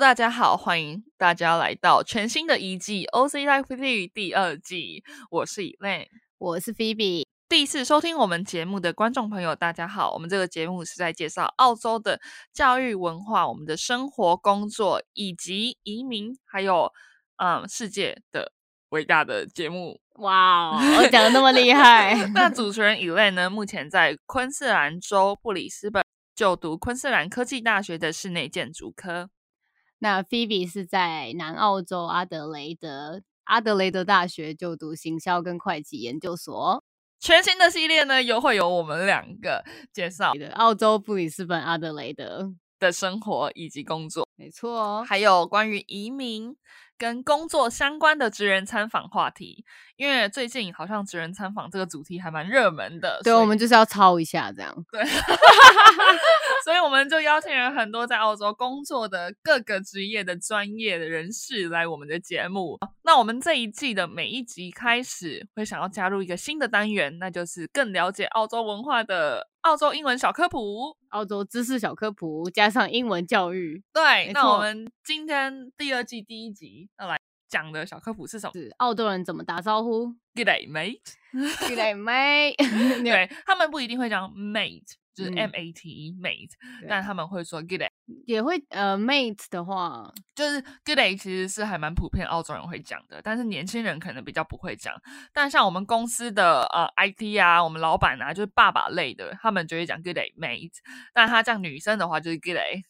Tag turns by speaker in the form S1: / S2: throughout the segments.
S1: 大家好，欢迎大家来到全新的一季 OC Life T 第二季，我是 Elaine。
S2: 我是 Phoebe。
S1: 第一次收听我们节目的观众朋友，大家好！我们这个节目是在介绍澳洲的教育文化、我们的生活、工作以及移民，还有嗯世界的伟大的节目。
S2: 哇哦，我讲的那么厉害
S1: 那主持人 Elaine 呢，目前在昆士兰州布里斯本就读昆士兰科技大学的室内建筑科。
S2: 那 Phoebe 是在南澳洲阿德雷德阿德雷德大学就读行销跟会计研究所。
S1: 全新的系列呢，又会有我们两个介绍
S2: 你的澳洲布里斯本阿德雷德，
S1: 的生活以及工作，
S2: 没错哦。
S1: 还有关于移民跟工作相关的职人参访话题。因为最近好像职人参访这个主题还蛮热门的，
S2: 对，
S1: 所以
S2: 我们就是要抄一下这样。
S1: 对，所以我们就邀请了很多在澳洲工作的各个职业的专业的人士来我们的节目。那我们这一季的每一集开始会想要加入一个新的单元，那就是更了解澳洲文化的澳洲英文小科普。
S2: 澳洲知识小科普加上英文教育，
S1: 对，
S2: 没
S1: 那我
S2: 错
S1: 们今天第二季第一集要来讲的小科普是什么
S2: 是澳洲人怎么打 招呼
S1: ？G'day mate，
S2: g o 妹。
S1: 对他们不一定会讲 mate，就是
S2: 嗯
S1: M A T E mate，、
S2: 对
S1: 但他们会说 G'day，
S2: 也会呃，mate 的话，
S1: 就是 G'day 其实是还蛮普遍澳洲人会讲的，但是年轻人可能比较不会讲。但像我们公司的呃 IT 啊，我们老板啊，就是爸爸类的，他们就会讲 G'day mate，但他讲女生的话就是 G'day，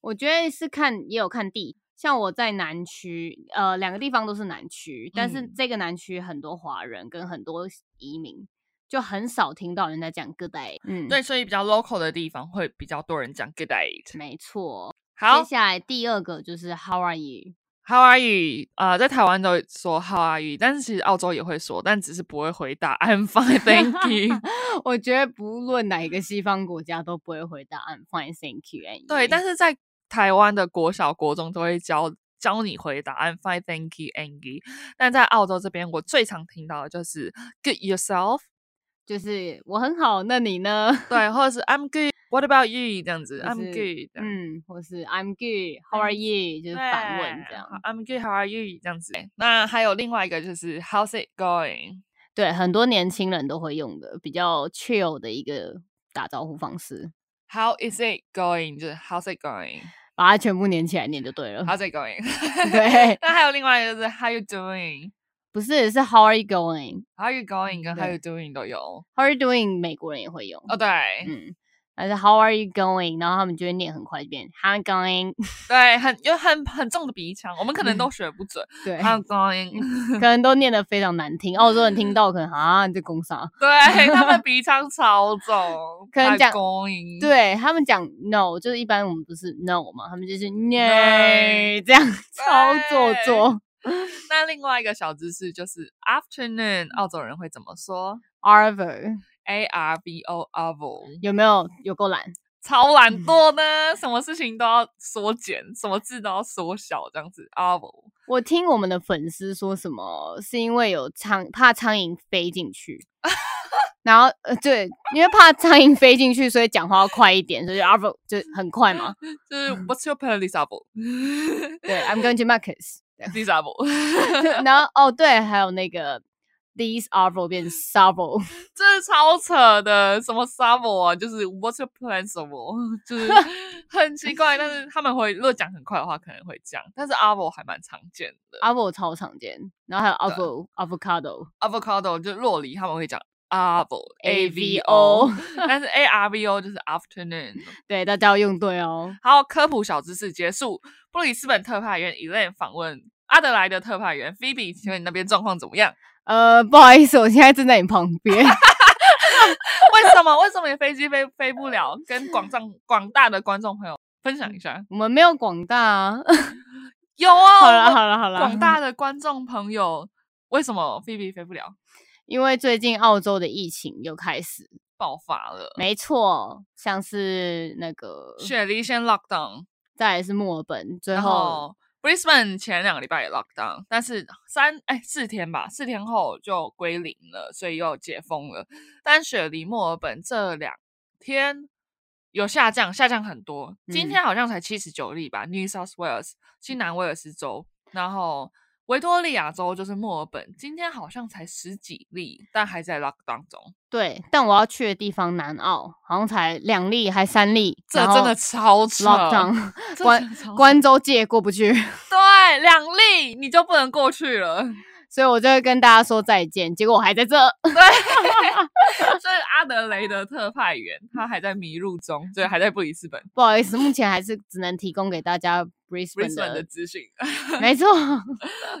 S2: 我觉得是看也有看地，像我在南区，呃，两个地方都是南区，但是
S1: 嗯
S2: 这个南区很多华人跟很多移民，就很少听到人在讲 good day。嗯，，
S1: 对，所以比较 local 的地方会比较多人讲 G'day。
S2: 没错。
S1: 好
S2: 接，下来第二个就是 how are you？
S1: How are you？啊、在台湾都会说 How are you，但是其实澳洲也会说，但只是不会回答 I'm fine, thank you。
S2: 我觉得不论哪一个西方国家都不会回答 I'm fine, thank you and you。
S1: 对，但
S2: 是
S1: 是在台湾的国小、国中都会教教你回答 I'm fine, thank you, and you。但在澳洲这边，我最常听到的就是 Good yourself，
S2: 就是啊我很好，那你呢？
S1: 对，或者是 I'm good。What about you？这样子
S2: 就
S1: ，I'm
S2: 是
S1: good 这样。
S2: 嗯，或是 I'm good, how are
S1: I'm-
S2: you？就是反问这
S1: 对
S2: 样。
S1: 好，I'm good. How are you？这样子。那还有另外一个就是 How's it going？
S2: 对，很多年轻人都会用的，比较 chill 的一个打招呼方式，
S1: How is it going？就是 How's it going？
S2: 把它全部粘起来念就对了。
S1: How's it going？
S2: 对
S1: 那还有另外一个就是 How you doing？
S2: 不是，是 How are you going？How
S1: How you going 跟
S2: 嗯对
S1: How you doing 都有哦
S2: are you doing？美国人也会用。
S1: 哦，对、
S2: 嗯，但是 How are you going？然后他们就会念很快就变 How you going？
S1: 对，很有很很重的鼻腔，我们可能都学不准。
S2: 嗯对，
S1: How you going？
S2: 可能都念得非常难听，澳洲人听到可能啊你这公傻。
S1: 对他们鼻腔超重，
S2: 可能
S1: How you
S2: 讲
S1: going，
S2: 对他们讲 no，就是一般我们不是 no 嘛，他们就是
S1: No
S2: no 这样 超做
S1: 对
S2: 作。
S1: 那另外一个小知识就是 afternoon，澳洲人会怎么说
S2: Arvo
S1: ？A R V O a r v o
S2: 有没有有够懒？
S1: 超懒
S2: 嗯
S1: 惰呢，什么事情都要缩减，什么字都要缩小，这样子 a r v o
S2: 我听我们的粉丝说什么，是因为有苍怕苍蝇飞 进去，然后呃对，因为怕苍蝇飞进去，所以讲话要快一点，所以就 arvo 就很 快嘛。
S1: 就是
S2: 嗯
S1: What's your plan, Lisa？
S2: 对，I'm going to Marcus。
S1: Lisa
S2: 然后哦对，还有那个 these arvo 变 sarvo，
S1: 这是超扯的，什么 summer 啊，就是 what's your plan 什么， 就是很奇怪。但是他们会，如果讲很快的话，可能会这样。但是 avo 还蛮常见的
S2: arvo 超常见，然后还有
S1: 对啊
S2: arvo avocado。
S1: ，avocado 就洛梨他们会讲 avo a v o，
S2: AVO
S1: 但是 a r v o 就是 afternoon。
S2: 对，大家要用对哦。
S1: 好，科普小知识结束。布里斯本特派员 Elaine 访问阿德莱德特派员 Phoebe，请问你那边状况怎么样？
S2: 呃，不好意思，我现在正在你旁边。
S1: 为什么为什么你飞机飞飞不了？跟广藏广大的观众朋友分享一下。
S2: 我们没有广大、啊。
S1: 有啊，
S2: 好
S1: 我
S2: 啦
S1: 们
S2: 好啦好啦，
S1: 广大的观众朋友，为什么菲比飞不了？
S2: 因为最近澳洲的疫情又开始，
S1: 爆发了，
S2: 没错，像是那个，
S1: 雪梨先 lockdown，
S2: 再来是墨尔本，最
S1: 然
S2: 后
S1: 后 Brisbane 前两个礼拜也 lockdown，但是三哎四天吧，四天后就归零了，所以又解封了。但雪梨、墨尔本这两天有下降，下降很多。今天
S2: 嗯
S1: 好像才七十九例吧、n e w South Wales 新南威尔斯州，然后维多利亚州就是墨尔本，今天好像才十几例，但还在 lock 当中。
S2: 对，但我要去的地方南澳好像才两例还三例，
S1: 这
S2: 然
S1: 真
S2: 后
S1: 的哦超扯
S2: lockdown，
S1: 这真
S2: 关
S1: 的超扯
S2: 关州界过不去，
S1: 对两例你就不能过去了。
S2: 所以我就会跟大家说再见。结果我还在这，
S1: 所以阿德雷德特派员他还在迷路中，所以还在布里斯本
S2: 不好意思，目前还是只能提供给大家 Brisbane
S1: Brisbane 的
S2: 的，
S1: 资讯，
S2: 没错，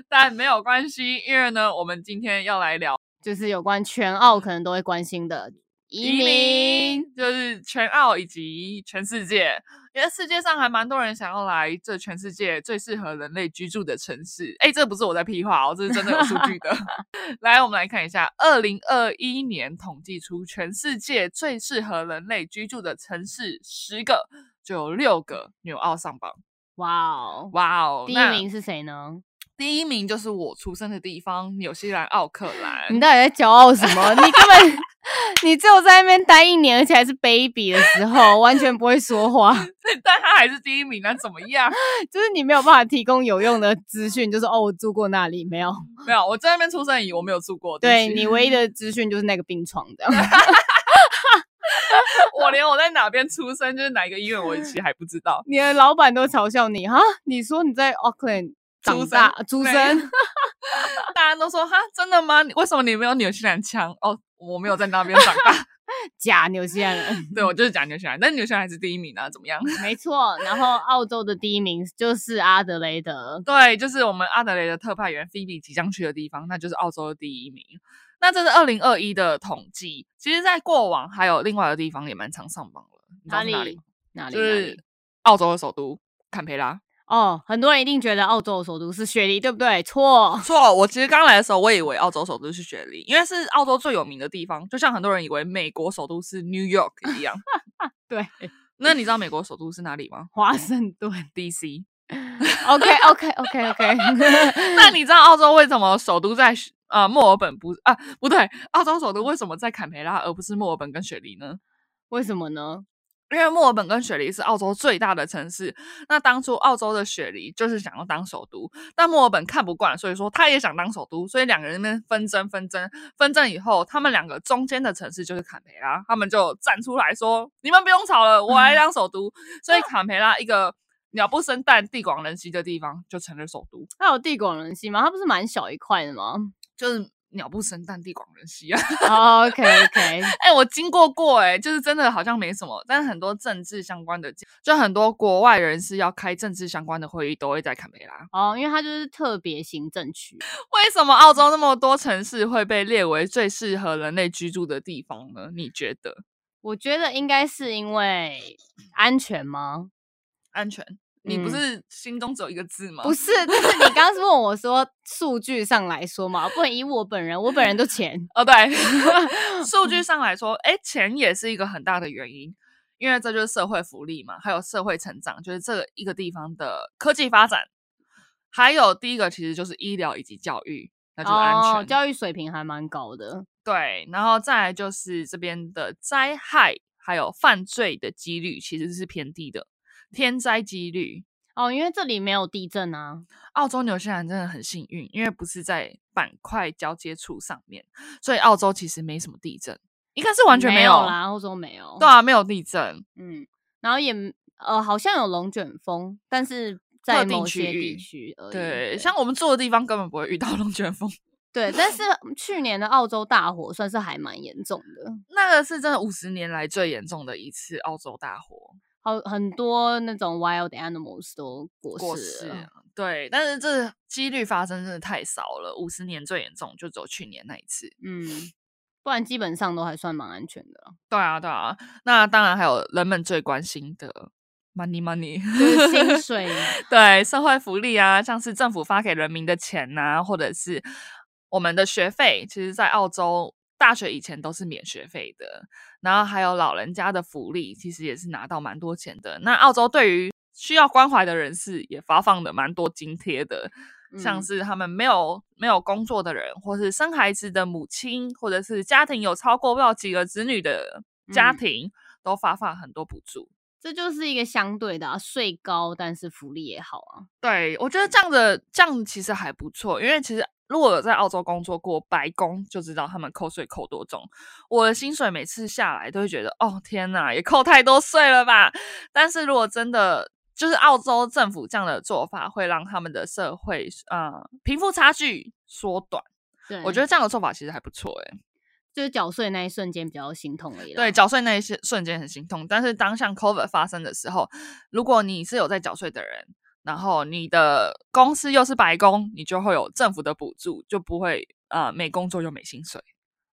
S1: 但没有关系，因为呢，我们今天要来聊
S2: 就是有关全澳可能都会关心的移民。，
S1: 就是全澳以及全世界，因为世界上还蛮多人想要来这全世界最适合人类居住的城市。哎，这不是我在屁话哦，这是真的有数据 的。来，我们来看一下，二零二一年统计出全世界最适合人类居住的城市十个，就有六个纽澳上榜。
S2: 哇哦，
S1: 哇哦，
S2: 第一
S1: 那
S2: 名是谁呢？
S1: 第一名就是我出生的地方纽西兰奥克兰
S2: 你。到底在骄傲什么？你根本你只有在那边待一年，而且还是 baby 的时候，完全不会 说话。
S1: 但他还是第一名，那怎么样？
S2: 就是你没有办法提供有用的资讯，就是哦，我住过那里没有？
S1: 没有，我在那边出生，以我没有住过。
S2: 对
S1: 不起
S2: 你唯一的资讯就是那个病床的。。
S1: 我连我在哪边出生，就是哪一个医院，我其实还不知道
S2: 你的老板都嘲笑你哈，你说你在 Auckland
S1: 出
S2: 长
S1: 生
S2: 大出
S1: 对
S2: 生，
S1: 大家都说哈，真的吗？你为什么你没有纽西兰腔？哦，我没有在那边长大。
S2: 假纽西兰人，
S1: 对，我就是讲纽西兰，但纽西兰还是第一名啊，怎么样？
S2: 没错。然后澳洲的第一名就是阿德雷德，
S1: 对，就是我们阿德雷的特派员菲比即将去的地方，那就是澳洲的第一名。那这是二零二一的统计，其实，在过往还有另外的地方也蛮常上榜了。你知道是哪里？
S2: 哪里？
S1: 就
S2: 哪
S1: 是
S2: 里？
S1: 澳洲的首都坎培拉。
S2: 哦，很多人一定觉得澳洲的首都是雪梨，对不对？错，
S1: 错，我其实刚来的时候，我以为澳洲首都是雪梨，因为是澳洲最有名的地方，就像很多人以为美国首都是 New York 一样。
S2: 对，
S1: 那你知道美国首都是哪里吗
S2: 华盛 顿。
S1: ？D.C.
S2: OK OK OK OK，
S1: 那你知道澳洲为什么首都在雪呃墨尔本不啊不对，澳洲首都为什么在坎培拉而不是墨尔本跟雪梨呢？
S2: 为什么呢？
S1: 因为墨尔本跟雪梨是澳洲最大的城市，那当初澳洲的雪梨就是想要当首都，但墨尔本看不惯，所以说他也想当首都，所以两个人那边纷争纷争纷争以后，他们两个中间的城市就是坎培拉，他们就站出来说：“你们不用吵了，我来当首都。”所 以坎培拉一个鸟不生蛋、地广人稀的地方就成了首都，
S2: 它有地广人稀吗？它不是蛮小一块的吗
S1: 就是鸟不生蛋、地广人稀啊。
S2: 哦？OK OK，
S1: 哎、我经过过、哎，就是真的好像没什么，但是很多政治相关的，就很多国外人士要开政治相关的会议，都会在坎培拉。
S2: 哦，因为它就是特别行政区，
S1: 为什么澳洲那么多城市会被列为最适合人类居住的地方呢？你觉得
S2: 我觉得应该是因为安全吗？
S1: 安全？你不
S2: 嗯
S1: 是心中只有一个字吗？
S2: 不是，就是你刚刚是问我说数据上来说嘛，不能以我本人，我本人就钱
S1: 哦， 对，数
S2: 嗯
S1: 据上来说，哎，钱也是一个很大的原因，因为这就是社会福利嘛，还有社会成长，就是这个一个地方的科技发展，还有第一个其实就是医疗以及教育，那就是安全。
S2: 哦，教育水平还蛮高的。
S1: 对，然后再来就是这边的灾害还有犯罪的几率其实是偏低的，天灾几率。
S2: 哦，因为这里没有地震啊，
S1: 澳洲、纽西兰真的很幸运，因为不是在板块交接处上面，所以澳洲其实没什么地震，应该是完全
S2: 没
S1: 有。
S2: 啦，欧洲没有。
S1: 对啊，没有地震，
S2: 嗯，然后也呃，好像有龙卷风，但是
S1: 特
S2: 在
S1: 定
S2: 某
S1: 区
S2: 些
S1: 域
S2: 地区而已。
S1: 对，像我们住的地方根本不会遇到龙卷风，
S2: 对，但是嗯去年的澳洲大火算是还蛮严重的，
S1: 那个是真的五十年来最严重的一次澳洲大火
S2: 好很多那种 wild animals 都过世
S1: 过
S2: 了
S1: 世。啊对，但是这几率发生真的太少了，五十年最严重就只有去年那一次。
S2: 嗯，不然基本上都还算蛮安全的啦，
S1: 对啊，对啊，那当然还有人们最关心的 money money，
S2: 就是薪 水。
S1: 对社会福利啊，像是政府发给人民的钱呐、或者是我们的学费，其实，在澳洲大学以前都是免学费的，然后还有老人家的福利，其实也是拿到蛮多钱的。那澳洲对于需要关怀的人士也发放的蛮多津贴的，像
S2: 嗯
S1: 是他们没有没有工作的人，或是生孩子的母亲，或者是家庭有超过不知道几个子女的家
S2: 嗯
S1: 庭，都发放很多补助。
S2: 这就是一个相对的、啊，税高但是福利也好啊。
S1: 对，我觉得这样的这样其实还不错，因为其实如果有在澳洲工作过白宫，就知道他们扣税扣多重。我的薪水每次下来都会觉得，哦天哪，也扣太多税了吧？但是如果真的就是澳洲政府这样的做法，会让他们的社会呃贫富差距缩短。
S2: 对，
S1: 我觉得这样的做法其实还不错、欸，诶，
S2: 就是缴税那一瞬间比较心痛而已啦。
S1: 对，缴税那一些瞬间很心痛，但是当像 COVID 发生的时候，如果你是有在缴税的人，然后你的公司又是白宫，你就会有政府的补助，就不会呃没工作就没薪水。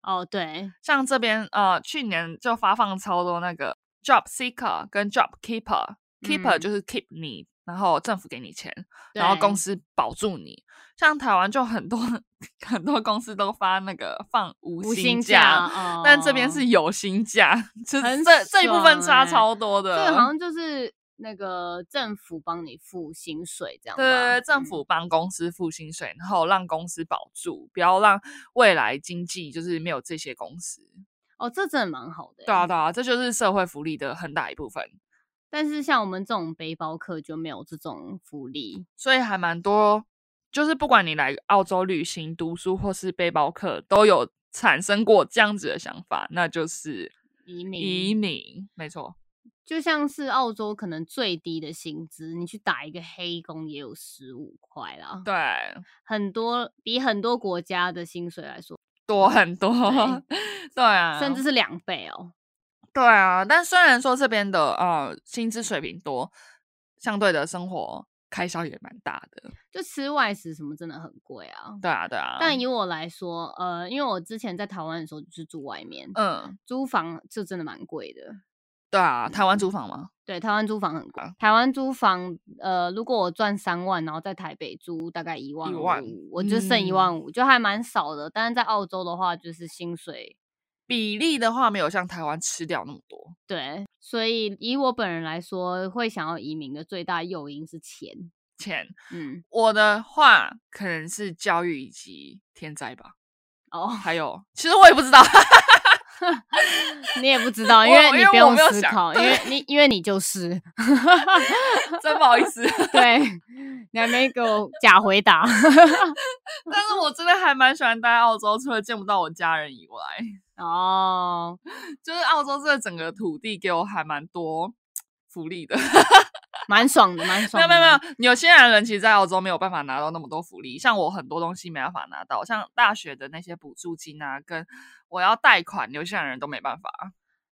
S2: 哦，对，
S1: 像这边呃去年就发放超多那个 Job Seeker 跟 Job Keeper，Keeper、
S2: 嗯
S1: 就是 keep 你，然后政府给你钱，
S2: 对
S1: 然后公司保住你。像台湾就很多 很多公司都发那个放无
S2: 无
S1: 薪
S2: 薪
S1: 假，
S2: 哦、
S1: 但这边是有薪假，就
S2: 很
S1: 是这这一部分
S2: 爽
S1: 差
S2: 欸
S1: 超多的。
S2: 这个好像就是那个政府帮你付薪水这样吧。
S1: 对对对，政
S2: 嗯
S1: 府帮公司付薪水，然后让公司保住，不要让未来经济就是没有这些公司。
S2: 哦，这真的蛮好的欸。
S1: 对啊，对啊，这就是社会福利的很大一部分，
S2: 但是像我们这种背包客就没有这种福利。
S1: 所以还蛮多，就是不管你来澳洲旅行、读书或是背包客，都有产生过这样子的想法，那就是
S2: 移民
S1: 移民，没错。
S2: 就像是澳洲可能最低的薪资，你去打一个黑工也有十五块啦，
S1: 对，
S2: 很多比很多国家的薪水来说，
S1: 多很多，对啊，
S2: 甚至是两倍哦。
S1: 对啊，但虽然说这边的呃薪资水平多，相对的生活开销也蛮大的。
S2: 就吃外食什么真的很贵啊。
S1: 对啊，对啊。
S2: 但以我来说，呃，因为我之前在台湾的时候就是住外面，
S1: 嗯，
S2: 租房就真的蛮贵的。
S1: 对啊，台湾租房吗？
S2: 对，台湾租房很贵
S1: 啊。
S2: 台湾租房，呃，如果我赚三万，然后在台北租大概一万
S1: 万嗯
S2: 五，我就剩一万五，就还蛮少的。但是在澳洲的话，就是薪水
S1: 比例的话，没有像台湾吃掉那么多。
S2: 对，所以以我本人来说，会想要移民的最大诱因是钱。
S1: 钱，
S2: 嗯，
S1: 我的话可能是教育以及天灾吧，
S2: 哦，
S1: 还有，其实我也不知道，
S2: 你也不知道，因
S1: 我
S2: 为
S1: 因
S2: 你
S1: 为
S2: 不
S1: 我
S2: 用
S1: 没有
S2: 思
S1: 想
S2: 考，因为你因为你就是，
S1: 真不好意思。
S2: 对，你还没给我假回答。
S1: 但是我真的还蛮喜欢待澳洲，除了见不到我家人以外，
S2: 哦，
S1: 就是澳洲这整个土地给我还蛮多福利的。
S2: 蛮爽的，蛮
S1: 没
S2: 爽
S1: 有
S2: 的。
S1: 没有没有，有些人人其实在澳洲没有办法拿到那么多福利，像我很多东西没办法拿到，像大学的那些补助金啊，跟我要贷款，有些人都没办法。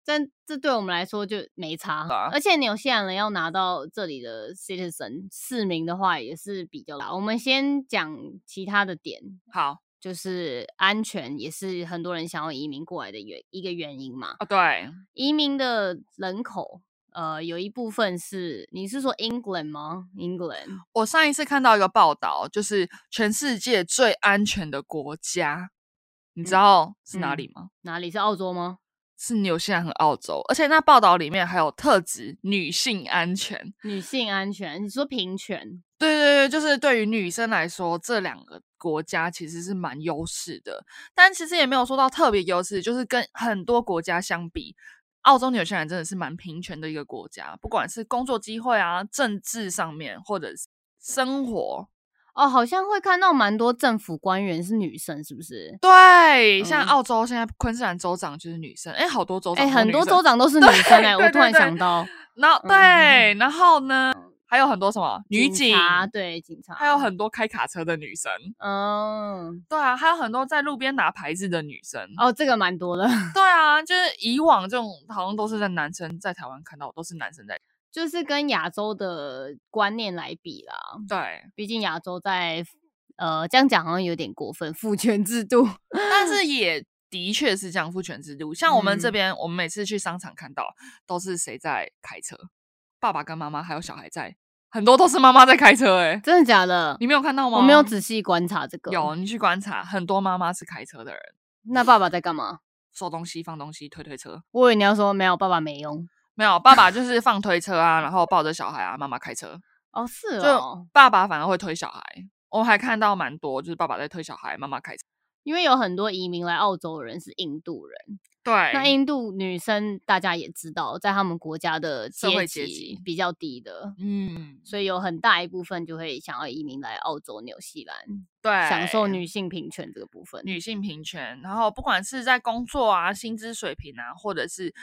S2: 但这对我们来说就没差，
S1: 对啊
S2: 而且纽西兰人要拿到这里的 citizen 市民的话也是比较难。我们先讲其他的点，
S1: 好
S2: 就是安全也是很多人想要移民过来的原一个原因嘛。
S1: 哦，对，
S2: 移民的人口，呃，有一部分是你是说 England 吗？England
S1: 我上一次看到一个报道，就是全世界最安全的国家，你知道是哪
S2: 嗯
S1: 里吗？
S2: 哪里是澳洲吗？
S1: 是纽西兰和澳洲，而且那报道里面还有特指女性安全。
S2: 女性安全，你说平权？
S1: 对对对，就是对于女生来说，这两个国家其实是蛮优势的，但其实也没有说到特别优势，就是跟很多国家相比，澳洲、纽西兰真的是蛮平权的一个国家，不管是工作机会啊、政治上面，或者是生活。
S2: 哦，好像会看到蛮多政府官员是女生，是不是？
S1: 对，像
S2: 嗯
S1: 澳洲现在昆士兰州长就是女生，哎，好多州长
S2: 哎、
S1: 都是
S2: 很
S1: 女
S2: 多
S1: 生
S2: 州长都是女
S1: 对
S2: 生哎、
S1: 对
S2: 我突
S1: 对
S2: 然
S1: 对
S2: 想到。
S1: 然后
S2: 嗯
S1: 对，然后呢，还有很多什么女
S2: 警
S1: 警，
S2: 察嗯对警察，
S1: 还有很多开卡车的女生，
S2: 嗯
S1: 对啊，还有很多在路边拿牌子的女生，
S2: 哦，这个蛮多的，
S1: 对啊，就是以往这种好像都是在男生在台湾看到，都是男生在
S2: 就是跟亚洲的观念来比啦，
S1: 对，
S2: 毕竟亚洲在呃这样讲好像有点过分，父权制度
S1: 但是也的确是这样父权制度。像我们这
S2: 嗯
S1: 边，我们每次去商场看到都是谁在开车，爸爸跟妈妈还有小孩在，很多都是妈妈在开车、欸。哎，
S2: 真的假的
S1: 你？没有看到吗？
S2: 我没有仔细观察这个，
S1: 有你去观察，很多妈妈是开车的人，
S2: 那爸爸在干嘛？
S1: 收东西、放东西、推推车。
S2: 我以为你要说没有，爸爸没用
S1: 没有，爸爸就是放推车啊，然后抱着小孩啊，妈妈开车。
S2: 哦，是
S1: 就
S2: 哦，
S1: 爸爸反而会推小孩，我还看到蛮多，就是爸爸在推小孩，妈妈开车。
S2: 因为有很多移民来澳洲的人是印度人，
S1: 对，
S2: 那印度女生大家也知道，在他们国家的
S1: 社会阶
S2: 级
S1: 级
S2: 比较低的，
S1: 嗯，
S2: 所以有很大一部分就会想要移民来澳洲、纽西兰，
S1: 对，
S2: 享受女性平权这个部分。
S1: 女性平权，然后不管是在工作啊、薪资水平啊，或者是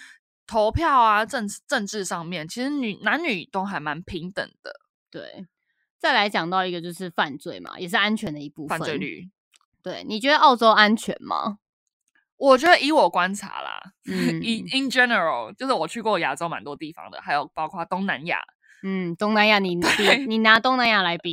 S1: 投票啊、政政治上面，其实女男女都还蛮平等的
S2: 对，再来讲到一个就是犯罪嘛，也是安全的一部分。
S1: 犯罪。率。
S2: 对，你觉得澳洲安全吗？
S1: 我觉得以我观察啦、
S2: 嗯
S1: i n in general，就是我去过亚洲蛮多地方的，还有包括东南亚，
S2: 嗯，东南亚你比
S1: 对
S2: 你拿东南亚来比，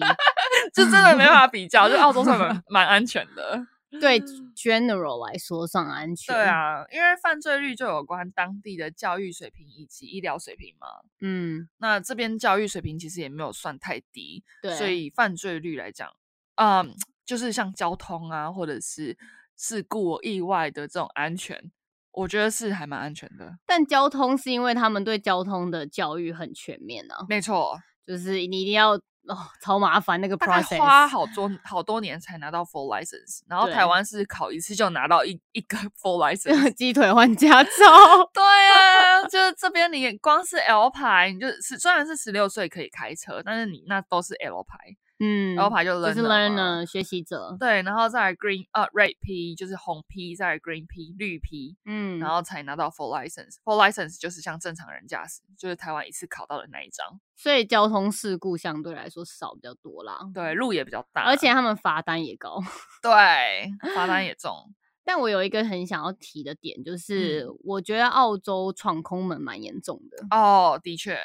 S1: 就真 的没办法比较，就澳洲算蛮蛮安全的。
S2: 对 general 来说算安全。
S1: 对，啊，因为犯罪率就有关当地的教育水平以及医疗水平嘛。
S2: 嗯，
S1: 那这边教育水平其实也没有算太低，
S2: 对，
S1: 所以犯罪率来讲，嗯、就是像交通啊，或者是事故、意外的这种安全，我觉得是还蛮安全的。
S2: 但交通是因为他们对交通的教育很全面啊，
S1: 没错，
S2: 就是你一定要哦，超麻烦那个
S1: 大概
S2: process，
S1: 花好多好多年才拿到 full license，然后
S2: 对
S1: 台湾是考一次就拿到一一个 full license。
S2: 鸡腿换驾照。
S1: 对啊，就是这边你光是 L 牌，你就是虽然是十六岁可以开车，但是你那都是 L 牌、
S2: 嗯，
S1: l 牌就 learner，
S2: 就是
S1: learn
S2: learner 学习者。
S1: 对，然后再来 green 呃 red P 就是红 P，再来 green P 绿 P，
S2: 嗯，
S1: 然后才拿到 full license。full license 就是像正常人驾驶，就是台湾一次考到的那一张。
S2: 所以交通事故相对来说少比较多啦。
S1: 对，啊路也比较大，
S2: 而且他们罚单也高。
S1: 对罚单也重。
S2: 但我有一个很想要提的点，
S1: 嗯
S2: 就是、我觉得澳洲闯空门蛮严重的。
S1: 哦，的确，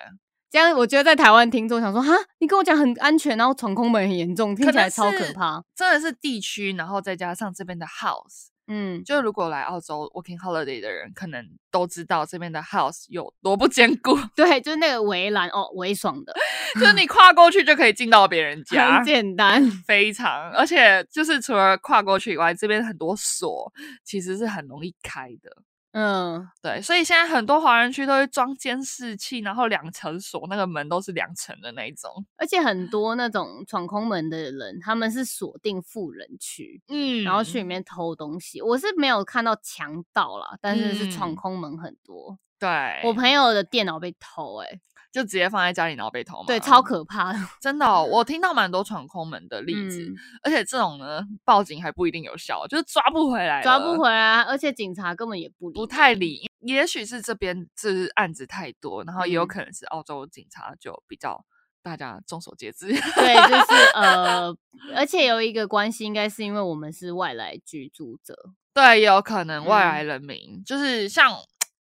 S2: 这样我觉得在台湾听众想说，哈，你跟我讲很安全，然后闯空门很严重，听
S1: 可
S2: 起来
S1: 能
S2: 超可
S1: 是
S2: 怕。
S1: 真的是地区，然后再加上这边的 house，
S2: 嗯，
S1: 就如果来澳洲 working holiday 的人，可能都知道这边的 house 有多不坚固，
S2: 对，就是那个围栏哦，围爽的，
S1: 就是你跨过去就可以进到别人家
S2: 很。简单。
S1: 非常，而且就是除了跨过去以外，这边很多锁其实是很容易开的。
S2: 嗯，
S1: 对，所以现在很多华人区都会装监视器，然后两层锁，那个门都是两层的那一种。
S2: 而且很多那种闯空门的人，他们是锁定富人区，
S1: 嗯
S2: 然后去里面偷东西。我是没有看到强盗啦，但是是
S1: 嗯哎
S2: 闯空门很多。
S1: 对，
S2: 我朋友的电脑被偷、欸，
S1: 就直接放在家里，然后被偷嘛。
S2: 对，超可怕的。
S1: 真的哦、我听到蛮多闯空门的例子，
S2: 嗯
S1: 而且这种呢，报警还不一定有效，就是抓不回来，
S2: 抓不回，来，而且警察根本也不理
S1: 不
S2: 你
S1: 太。理。也许是这边就是案子太多，然后也有
S2: 嗯
S1: 可能是澳洲警察就比较大家众所皆知。
S2: 对，就是呃，而且有一个关系，应该是因为我们是外来居住 者，
S1: 对，也有可能外
S2: 嗯
S1: 来人民，就是像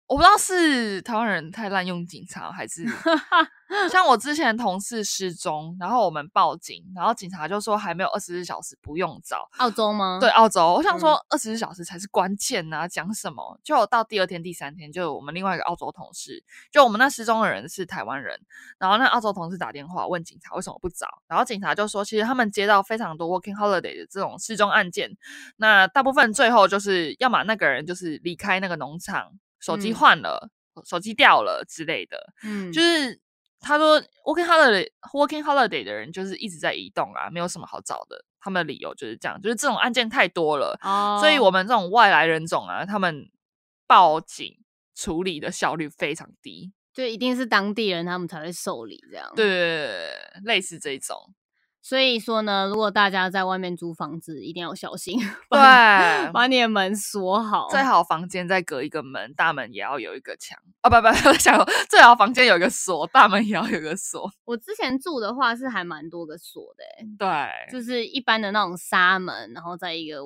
S1: 我不知道是台湾人太滥用警察，还 是像我之前同事失踪，然后我们报警，然后警察就说还没有二十四小时，不用找。
S2: 澳洲吗？嗯
S1: 对，，啊澳洲，我想说二十四小时才是关键呐、讲什么？就到第二天、第三天，就我们另外一个澳洲同事，就我们那失踪的人是台湾人，然后那澳洲同事打电话问警察为什么不找，然后警察就说，其实他们接到非常多 working holiday 的这种失踪案件，那大部分最后就是要么那个人就是离开那个农场，手机
S2: 嗯
S1: 换了，手机掉了之类的，
S2: 嗯，
S1: 就
S2: 嗯
S1: 是他说 working holiday working holiday 的人就是一直在移动啊，没有什么好找的。他们的理由就是这样，就是这种案件太多了，
S2: 哦，
S1: 所以我们这种外来人种啊，他们报警处理的效率非常低。
S2: 就一定是当地人，他们才会受理这样。
S1: 对，对对对对类似这一种，
S2: 所以说呢，如果大家在外面租房子，一定要小心，
S1: 对，啊
S2: 把把你的门锁好。
S1: 最好房间再隔一个门，大门也要有一个墙啊，不不，不想最好房间有一个锁，大门也要有一个锁。
S2: 我之前住的话是还蛮多个锁的、欸，
S1: 对，
S2: 就是一般的那种纱门，然后在一个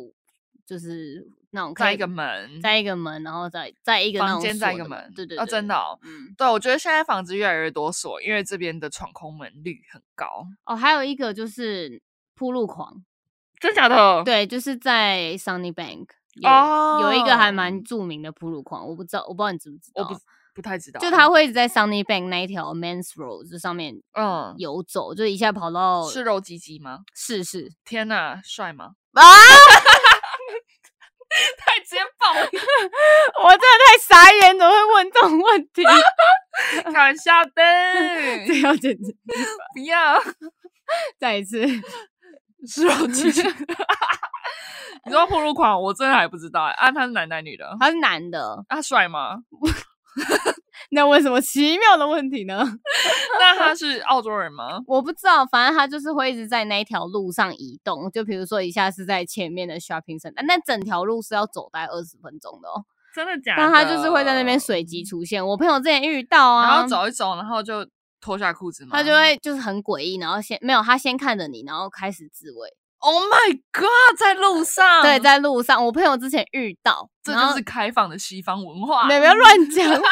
S2: 就是那种可
S1: 再
S2: 以
S1: 一个门，
S2: 在一个门，然后再再一个那
S1: 房
S2: 种
S1: 间再一
S2: 锁
S1: 个
S2: 的
S1: 门
S2: 对对
S1: 哦
S2: 对
S1: 真的哦
S2: 嗯，
S1: 对，我觉得现在房子越来越多锁，因为这边的闯空门率很高。
S2: 哦，还有一个就是铺路狂，
S1: 真假的？
S2: 对，就是在 Sunny Bank 有、有一个还蛮著名的铺路狂，我不知道，我不知道你知不知道，
S1: 哦我不不太知道。
S2: 就他，会一直在 Sunny Bank 那一条 Man's Road 这上面
S1: 嗯，
S2: 游走，就一下跑到
S1: 是肉鸡鸡吗？
S2: 是是，
S1: 天哪，帅吗？
S2: 啊！
S1: 太直接爆了，
S2: 我真的太傻眼，怎么会问这种问题？
S1: 开玩 笑的，
S2: 这要简直
S1: 不要
S2: 再一次，
S1: 是肉鸡鸡。 你知道破路狂，我真的还不知道、欸、啊，他是男男女的？啊，
S2: 他是男的，
S1: 他帅吗？
S2: 那问什么奇妙的问题呢？
S1: 那他是澳洲人吗？
S2: 我不知道，反正他就是会一直在那一条路上移动，就比如说一下是在前面的 shopping center，那整条路是要走大概二十分钟的哦，
S1: 真的假的？
S2: 但他就是会在那边随机出现。我朋友之前遇到
S1: 然
S2: 啊
S1: 后，走一走，然后就脱下裤子吗？
S2: 他就会就是很诡异，然后先没有他先看着你，然后开始自慰。
S1: Oh my God，在路上，
S2: 对，在路上，我朋友之前遇到，
S1: 这
S2: 然
S1: 就
S2: 后
S1: 是开放的西方文化，
S2: 你不要乱讲 话。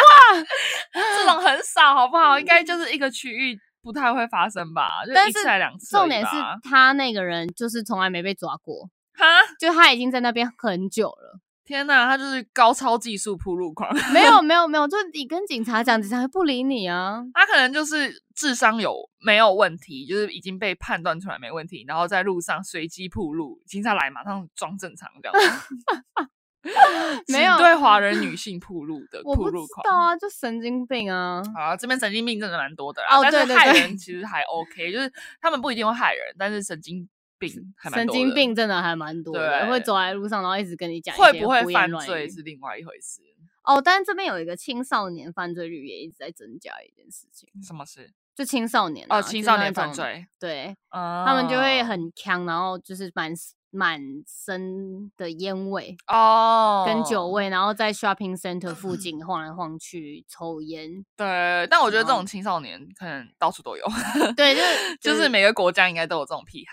S1: 这种很少，好不好？应该就是一个区域不太会发生吧，就
S2: 但
S1: 一次
S2: 是
S1: 还两次而已吧。
S2: 重点是他那个人就是从来没被抓过，
S1: 哈，
S2: 就他已经在那边很久了。
S1: 天哪，他就是高超技术铺路狂，
S2: 没有没有没有，就是你跟警察讲，警察会不理你啊。
S1: 他可能就是智商有没有问题，就是已经被判断出来没问题，然后在路上随机铺路，警察来马上装正常这样子。
S2: 没有
S1: 请对华人女性铺路的
S2: 我
S1: 铺
S2: 不知
S1: 路狂。
S2: 道啊，就神经病啊。
S1: 好啊，这边神经病真的蛮多的啦，
S2: 哦
S1: 但是
S2: 对对
S1: 害
S2: 对
S1: 人其实还 OK，就是他们不一定会害人，但是神经病还蛮
S2: 神
S1: 多
S2: 经
S1: 的
S2: 病真的还蛮多的，
S1: 对
S2: 会走在路上，然后一直跟你讲一
S1: 会
S2: 些
S1: 不会
S2: 胡言
S1: 犯
S2: 乱
S1: 罪
S2: 语
S1: 是另外一回事。
S2: 哦。但是这边有一个青少年犯罪率也一直在增加一件事情，
S1: 什么事？
S2: 就青少年、啊、
S1: 哦，青少年犯
S2: 就是那种，
S1: 罪，哦
S2: 对
S1: 他
S2: 他们就会很强，然后就是满满身的烟味，
S1: 哦
S2: 跟酒。味，然后在 shopping center 附近晃来晃去抽烟。
S1: 对，但我觉得这
S2: 然后
S1: 种青少年可能到处都有，
S2: 对，就是
S1: 就是每个国家应该都有这种屁孩。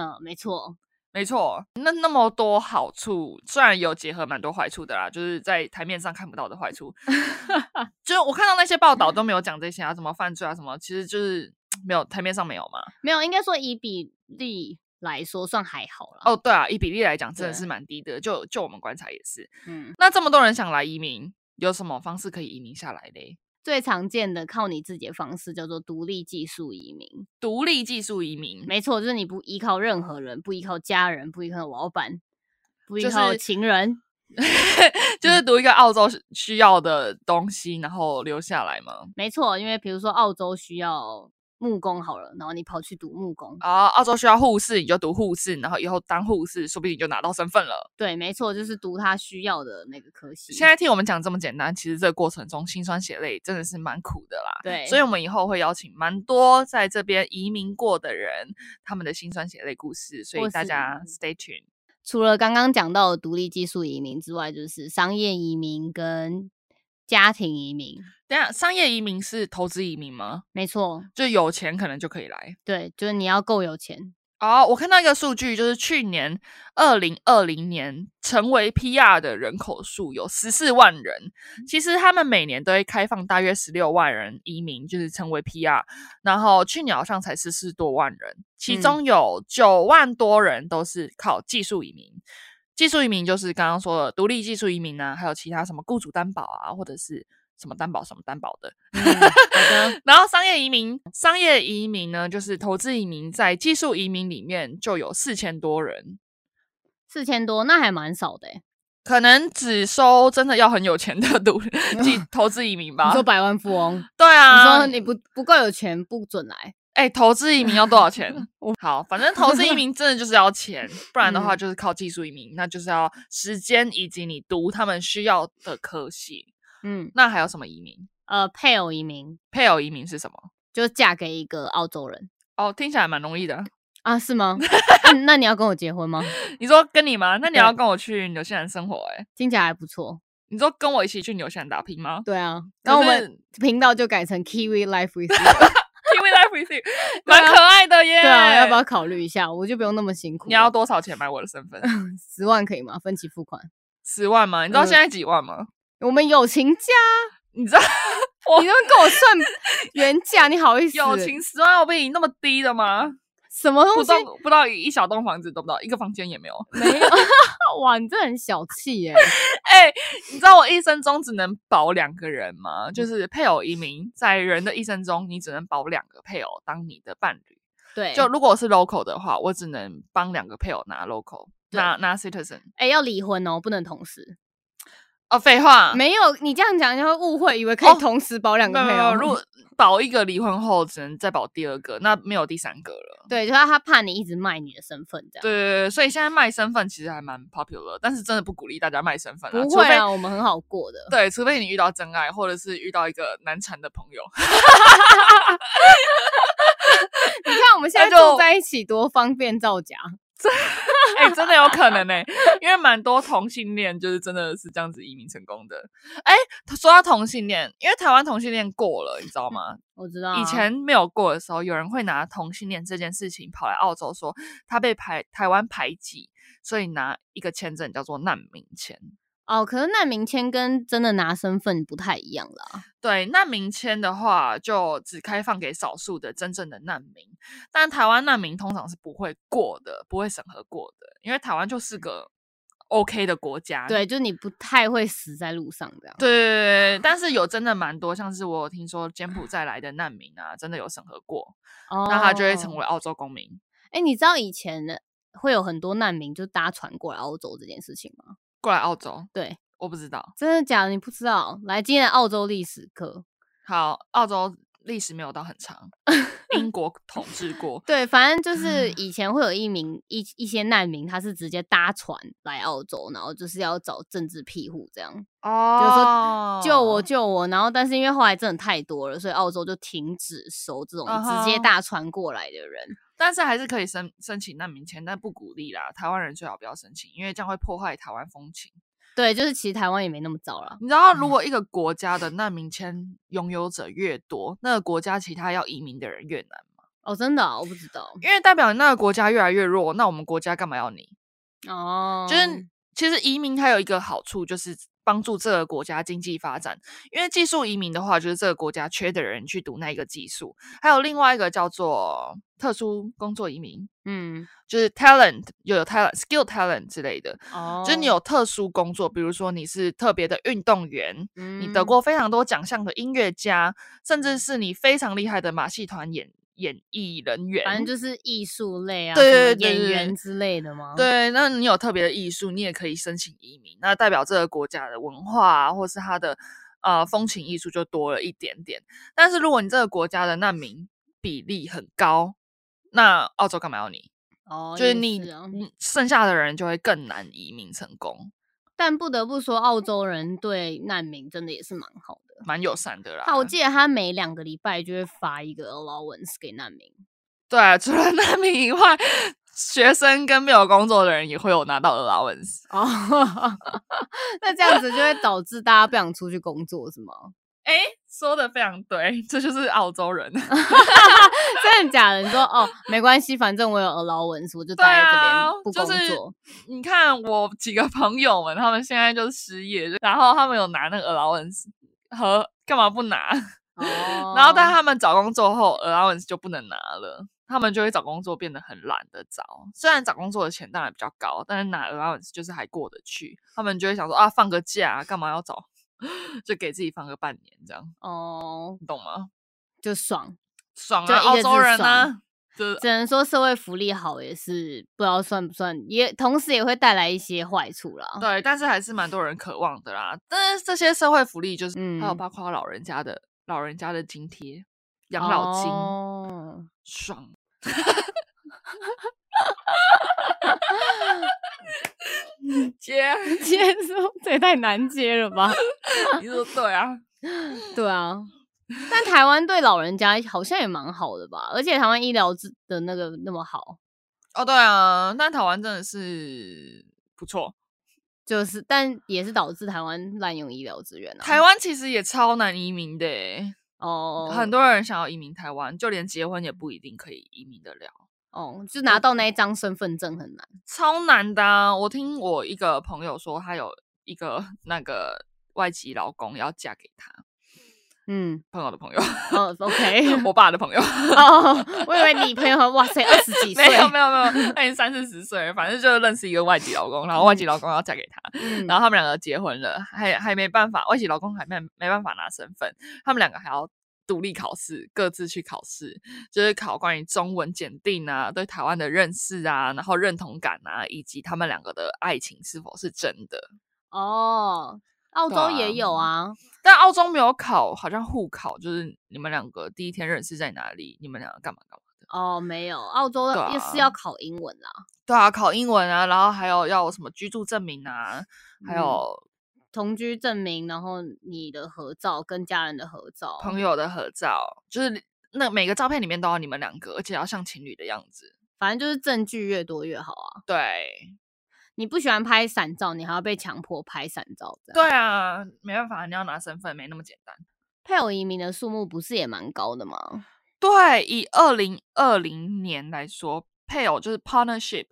S2: 嗯，没错，
S1: 没错，那那么多好处，虽然有结合蛮多坏处的啦，就是在台面上看不到的坏处。就是我看到那些报道都没有讲这些啊，什么犯罪啊什么，其实就是没有台面上没有嘛。
S2: 没有，应该说以比例来说算还好啦。
S1: 哦，对啊，以比例来讲真的
S2: 对
S1: 是蛮低的，就就我们观察也是。
S2: 嗯，
S1: 那这么多人想来移民，有什么方式可以移民下来嘞？
S2: 最常见的靠你自己的方式叫做独立技术移民。
S1: 独立技术移民，
S2: 没错，就是你不依靠任何人，不依靠家人，不依靠老板，不依
S1: 就
S2: 靠
S1: 是
S2: 情人。
S1: 就是读一个澳洲需需要的东西，然后留下来吗？
S2: 没错，因为比如说澳洲需要木工好了，然后你跑去读木工。
S1: 啊，澳洲需要护士，你就读护士，然后以后当护士，说不定你就拿到身份了。
S2: 对，没错，就是读他需要的那个科系。
S1: 现在听我们讲这么简单，其实这个过程中辛酸血泪真的是蛮苦的啦。
S2: 对，
S1: 所以，我们以后会邀请蛮多在这边移民过的人，他们的辛酸血泪故事，所以
S2: 或
S1: 大
S2: 是
S1: 家 stay tuned。
S2: 除了刚刚讲到的独立技术移民之外，就是商业移民跟家庭移民。
S1: 等一下，商业移民是投资移民吗？
S2: 没错，
S1: 就有钱可能就可以来。
S2: 对，就是你要够有钱。
S1: 哦，我看到一个数据，就是去年二零二零年成为 PR 的人口数有十四万人。其实他们每年都会开放大约十六万人移民，就是成为 PR。然后去年好像才四十多万人，其
S2: 嗯
S1: 中有九万多人都是靠技术移民。技术移民就是刚刚说的独立技术移民啊，还有其他什么雇主担保啊，或者是什么担保什么担保的，
S2: 嗯、好的，
S1: 然后商业移民，商业移民呢，就是投资移民，在技术移民里面就有四千多人，
S2: 四千多，那还蛮少的欸、
S1: 可能只收真的要很有钱的独 技投资移民吧
S2: 你。说百万富 翁，
S1: 对啊，
S2: 你说你不不够有钱不准来。
S1: 哎、投资移民要多少 钱？好，反正投资移民真的就是要钱，不然的
S2: 嗯
S1: 话就是靠技术移民，那就是要时间以及你读他们需要的科系。
S2: 嗯，
S1: 那还有什么移民？
S2: 呃，配偶移民
S1: 配偶移民是什么？
S2: 就嫁给一个澳洲人
S1: 哦，听起来蛮容易的。
S2: 啊？是 吗、啊那你要跟我结婚吗？
S1: 你说跟你吗？那你
S2: 对
S1: 要跟我去纽西兰生活、欸？哎，
S2: 听起来还不错。
S1: 你说跟我一起去纽西兰打拼吗？
S2: 对啊，
S1: 可
S2: 然后我
S1: 是
S2: 们频道就改成 Kiwi Life with you。
S1: 因为 Life with you
S2: 对啊
S1: 蛮可爱的耶。
S2: 对啊，要不要？考虑一下？我就不用那么辛苦了。
S1: 你要多少钱买我的身份？
S2: 十万可以吗？分期付款。
S1: 十万吗？你知道
S2: 嗯
S1: 现在几万吗？
S2: 我们友情价，
S1: 你知道我
S2: 你都跟我 算原价，你好意思？
S1: 友情十万澳币那么低的吗？
S2: 什么
S1: 不
S2: 东西
S1: 到？不到一小栋房子都不到，一个房间也没有。
S2: 没有。哇，你这很小 气耶！
S1: 哎、你知道我一生中只能保两个人吗？
S2: 嗯
S1: 就是配偶移民，在人的一生中，你只能保两个配偶当你的伴侣。
S2: 对，
S1: 就如果我是 local 的话，我只能帮两个配偶拿 local，
S2: 对
S1: 拿拿 citizen。
S2: 哎、要离婚哦，不能同时。
S1: 哦，废话，
S2: 没有，你这样讲人家会误会，以为可
S1: 哦
S2: 以同时保两
S1: 没有
S2: 个配哦
S1: 没
S2: 偶。
S1: 有，如果保一个离婚后，只能再保第二个，那没有第三个了。
S2: 对，就是他怕你一直卖你的身份这样。
S1: 对对对，所以现在卖身份其实还蛮 popular，但是真的不鼓励大家卖身份啊，
S2: 不
S1: 除
S2: 会
S1: 非
S2: 啊，我们很好过 的。
S1: 对，除非你遇到真爱，或者是遇到一个难缠的朋 友。
S2: 你看我们现在
S1: 那就
S2: 住在一起多方便造假。
S1: 哎、真的有可能呢、因为蛮多同性恋就是真的是这样子移民成功的。哎、说到同性恋，因为台湾同性恋过了，你知道吗？
S2: 我知道啊，
S1: 以前没有过的时候，有人会拿同性恋这件事情跑来澳洲说他被排台湾排挤，所以拿一个签证叫做难民签。
S2: 哦，可是难民签跟真的拿身份不太一样啦。
S1: 对，难民签的话就只开放给少数的真正的难民，但台湾难民通常是不会过的，不会审核过的，因为台湾就是个 OK 的国家。
S2: 对，就是你不太会死在路上这样。
S1: 对对对对，但是有真的蛮多，像是我有听说柬埔寨来的难民啊，真的有审核过，
S2: 哦
S1: 那他就会成为澳洲公民。
S2: 哎、你知道以前的会有很多难民就搭船过来澳洲这件事情吗？
S1: 过来澳洲，
S2: 对，
S1: 我不知道。
S2: 真的假的？你不知道？来，今天的澳洲历史课，
S1: 好，澳洲历史没有到很长，英国统治过。
S2: 对，反正
S1: 啊
S2: 就是以前会有一名一一些难民，他是直接搭船来澳洲，然后就是要找政治庇护这样，就是说救
S1: 哦
S2: 我救我。然后，但是因为后来真的太多了，所以澳洲就停止收这种直接
S1: 啊哈
S2: 搭船过来的人。
S1: 但是还是可以申申请难民签，但不鼓励啦。台湾人最好不要申请，因为这样会破坏台湾风情。
S2: 对，就是其实台湾也没那么糟了。
S1: 你知道，如果一个国家的难民签拥有者越多，那个国家其他要移民的人越难，
S2: 哦，真的啊、我不知道。
S1: 因为代表那个国家越来越弱，那我们国家干嘛要你？
S2: 哦，
S1: 就是其实移民它有一个好处，就是帮助这个国家经济发展。因为技术移民的话，就是这个国家缺的人去读那一个技术，还有另外一个叫做特殊工作移民，
S2: 嗯，
S1: 就是 talent 又有 talent、skill talent 之类的，
S2: 哦，
S1: 就是你有特殊工作，比如说你是特别的运动员。你得
S2: 嗯
S1: 过非常多奖项的音乐家，甚至是你非常厉害的马戏团演演艺人员，
S2: 嗯反正就是艺术类啊，
S1: 对
S2: 什么
S1: 对对对
S2: 演
S1: 对
S2: 员之类的吗？，
S1: 对，那你有特别的艺术，你也可以申请移民，那代表这个国家的文化啊，或是它的呃风情艺术就多了一点点。但是如果你这个国家的难民比例很高，那澳洲干嘛要你？
S2: 哦，
S1: 就是
S2: 也
S1: 你、
S2: 是啊
S1: 你剩下的人就会更难移民成功，
S2: 但不得不说，澳洲人对难民真的也是蛮好的。
S1: 蛮友善的啦。
S2: 啊他我记得他每两个礼拜就会发一个 allowance 给难民。
S1: 对啊，除了难民以外， 学生跟没有工作的人也会有拿到 allowance。
S2: 哦， 那这样子就会导致大家不想出去工作是吗？
S1: 哎，说的非常对，这就是澳洲人。
S2: 真的假的？你说哦，没关系，反正我有 allowance，我就
S1: 对
S2: 待在这
S1: 啊
S2: 边不，工
S1: 就
S2: 作。
S1: 是你看我几个朋友们，他们现在就是失业，然后他们有拿那个 allowance 和干嘛不拿？
S2: 哦，
S1: 然后但他们找工作后，allowance 就不能拿了，他们就会找工作变得很懒得找。虽然找工作的钱当然比较高，但是拿 allowance 就是还过得去。他们就会想说啊，放个假干嘛要找？ 就给自己放个半年这样，
S2: 哦
S1: 你懂吗？
S2: 就爽，
S1: 爽
S2: 就
S1: 啊，
S2: 一个
S1: 澳
S2: 字
S1: 洲人啊
S2: 爽，
S1: 就是
S2: 只能说社会福利好也是不知道算不算，也同时也会带来一些坏处啦。
S1: 对，但是还是蛮多人渴望的啦。但是这些社会福利就是，还有
S2: 嗯
S1: 包括老人家的老人家的津贴、养老金，
S2: 哦、
S1: 爽。 接，
S2: 接受，这也太难接了吧？
S1: 你说对啊，
S2: 对啊，但台湾对老人家好像也蛮好的吧？而且台湾医疗制的那个那么好，
S1: 哦对啊，那台湾真的是不错。
S2: 就是但也是导致台湾滥用医疗资源啊。
S1: 台湾其实也超难移民的欸、
S2: 哦，
S1: 很多人想要移民台湾，就连结婚也不一定可以移民得了。
S2: 哦，就拿到那一张身份证很难。
S1: 超难的、啊。我听我一个朋友说，他有一个 那个外籍老公要嫁给他
S2: 嗯，
S1: 朋友的朋友，
S2: 哦，OK，
S1: 哎 我爸的朋友，
S2: 哦，我以为你朋友哇塞，二十几岁
S1: 没，有没有没有，他已经三四十岁了，反正就认识一个外籍老公，然后外籍老公要嫁给他，
S2: 嗯
S1: 然后他们两个结婚了，还还没办法，外籍老公还没没办法拿身份，他们两个还要。独立考试，各自去考试，就是考关于中文检定啊，对台湾的认识啊，然后认同感啊，以及他们两个的爱情是否是真的。
S2: 哦，澳
S1: 对
S2: 洲
S1: 啊
S2: 也有啊，
S1: 但澳洲没有考，好像互考，就是你们两个第一天认识在哪里，你们两个干嘛干嘛的。
S2: 哦，没有，澳洲
S1: 对
S2: 也是
S1: 啊
S2: 要考英文啦，
S1: 对啊，考英文啊，然后还有要有什么居住证明啊，还
S2: 嗯
S1: 有
S2: 同居证明，然后你的合照跟家人的合照，
S1: 朋友的合照，就是那每个照片里面都要你们两个，而且要像情侣的样子。
S2: 反正就是证据越多越好啊。
S1: 对，
S2: 你不喜欢拍散照，你还要被强迫拍散照，这样。
S1: 对啊，没办法，你要拿身份，没那么简单。
S2: 配偶移民的数目不是也蛮高的吗？
S1: 对，以二零二零年来说，配偶就是 partnership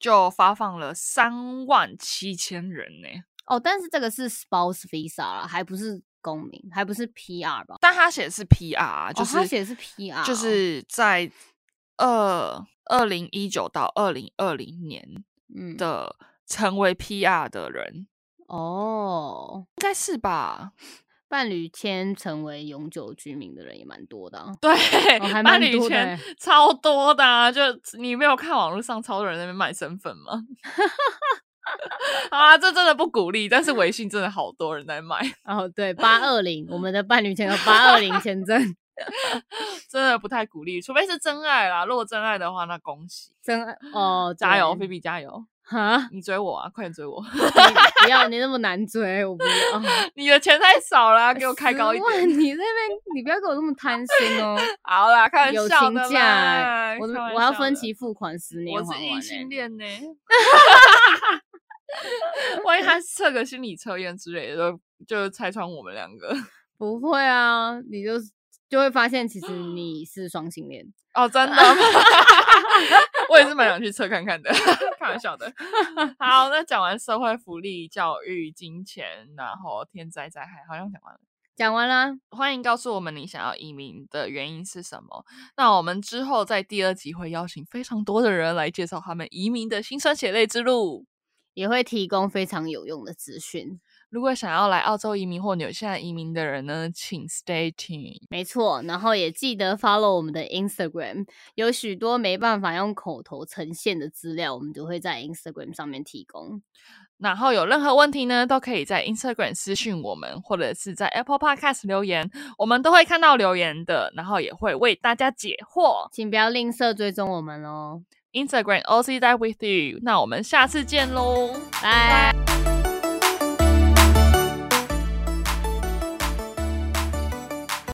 S1: 就发放了三万七千人呢、
S2: 哦，但是这个是 spouse visa 啦，还不是公民，还不是 PR 吧？
S1: 但他写的是 PR，就是、
S2: 哦他写的是 PR
S1: 就
S2: 哦
S1: 是在二二零一九到二零二零年
S2: 嗯，
S1: 的成为 PR 的人，
S2: 哦，
S1: 应该是吧？
S2: 伴侣签成为永久居民的人也蛮多的啊、
S1: 对，
S2: 哦 还
S1: 伴
S2: 蛮
S1: 侣
S2: 多的
S1: 圈
S2: 欸
S1: 超多的、啊，就你没有看网络上超多人在那边卖身份吗？ 啊，这真的不鼓励，但是微信真的好多人在卖，
S2: 哦，对，八二零，我们的伴侣签有八二零签证，
S1: 真的不太鼓励，除非是真爱啦。如果真爱的话，那恭喜，
S2: 真爱哦，
S1: 加油，菲
S2: 对
S1: 比加油！
S2: 哈，
S1: 你追我啊，快点追我！
S2: 你不要你那么难追，我不要，
S1: 你的钱太少啦， 给我开高一
S2: 10万
S1: 点。
S2: 你那边你不要给我那么贪心哦，
S1: 好啦，开玩
S2: 友
S1: 笑
S2: 情
S1: 的
S2: 价
S1: 啦，
S2: 欸，我
S1: 开玩
S2: 我要
S1: 笑
S2: 分
S1: 的
S2: 期付款十年
S1: 我
S2: 还
S1: 是异
S2: 完
S1: 性
S2: 欸。
S1: 恋呢、万一他测个心理测验之类的，就就拆穿我们两个。
S2: 不会啊，你就就会发现其实你是双性恋。
S1: 哦，真的吗？ 我也是蛮想去测看看的，开玩笑的。好，那讲完社会福利、教育、金钱，然后天灾灾害，好像讲完了。
S2: 讲完啦，
S1: 欢迎告诉我们你想要移民的原因是什么。那我们之后在第二集会邀请非常多的人来介绍他们移民的辛酸血泪之路。
S2: 也会提供非常有用的资讯。
S1: 如果想要来澳洲移民或纽西兰移民的人呢，请 stay tuned。
S2: 没错，然后也记得 follow 我们的 Instagram，有许多没办法用口头呈现的资料，我们就会在 Instagram 上面提供。
S1: 然后有任何问题呢，都可以在 Instagram 私讯我们，或者是在 Apple Podcast 留言，我们都会看到留言的，然后也会为大家解惑。
S2: 请不要吝啬追踪我们哦，
S1: Instagram OC 在 with you，那我们下次见喽，
S2: 拜。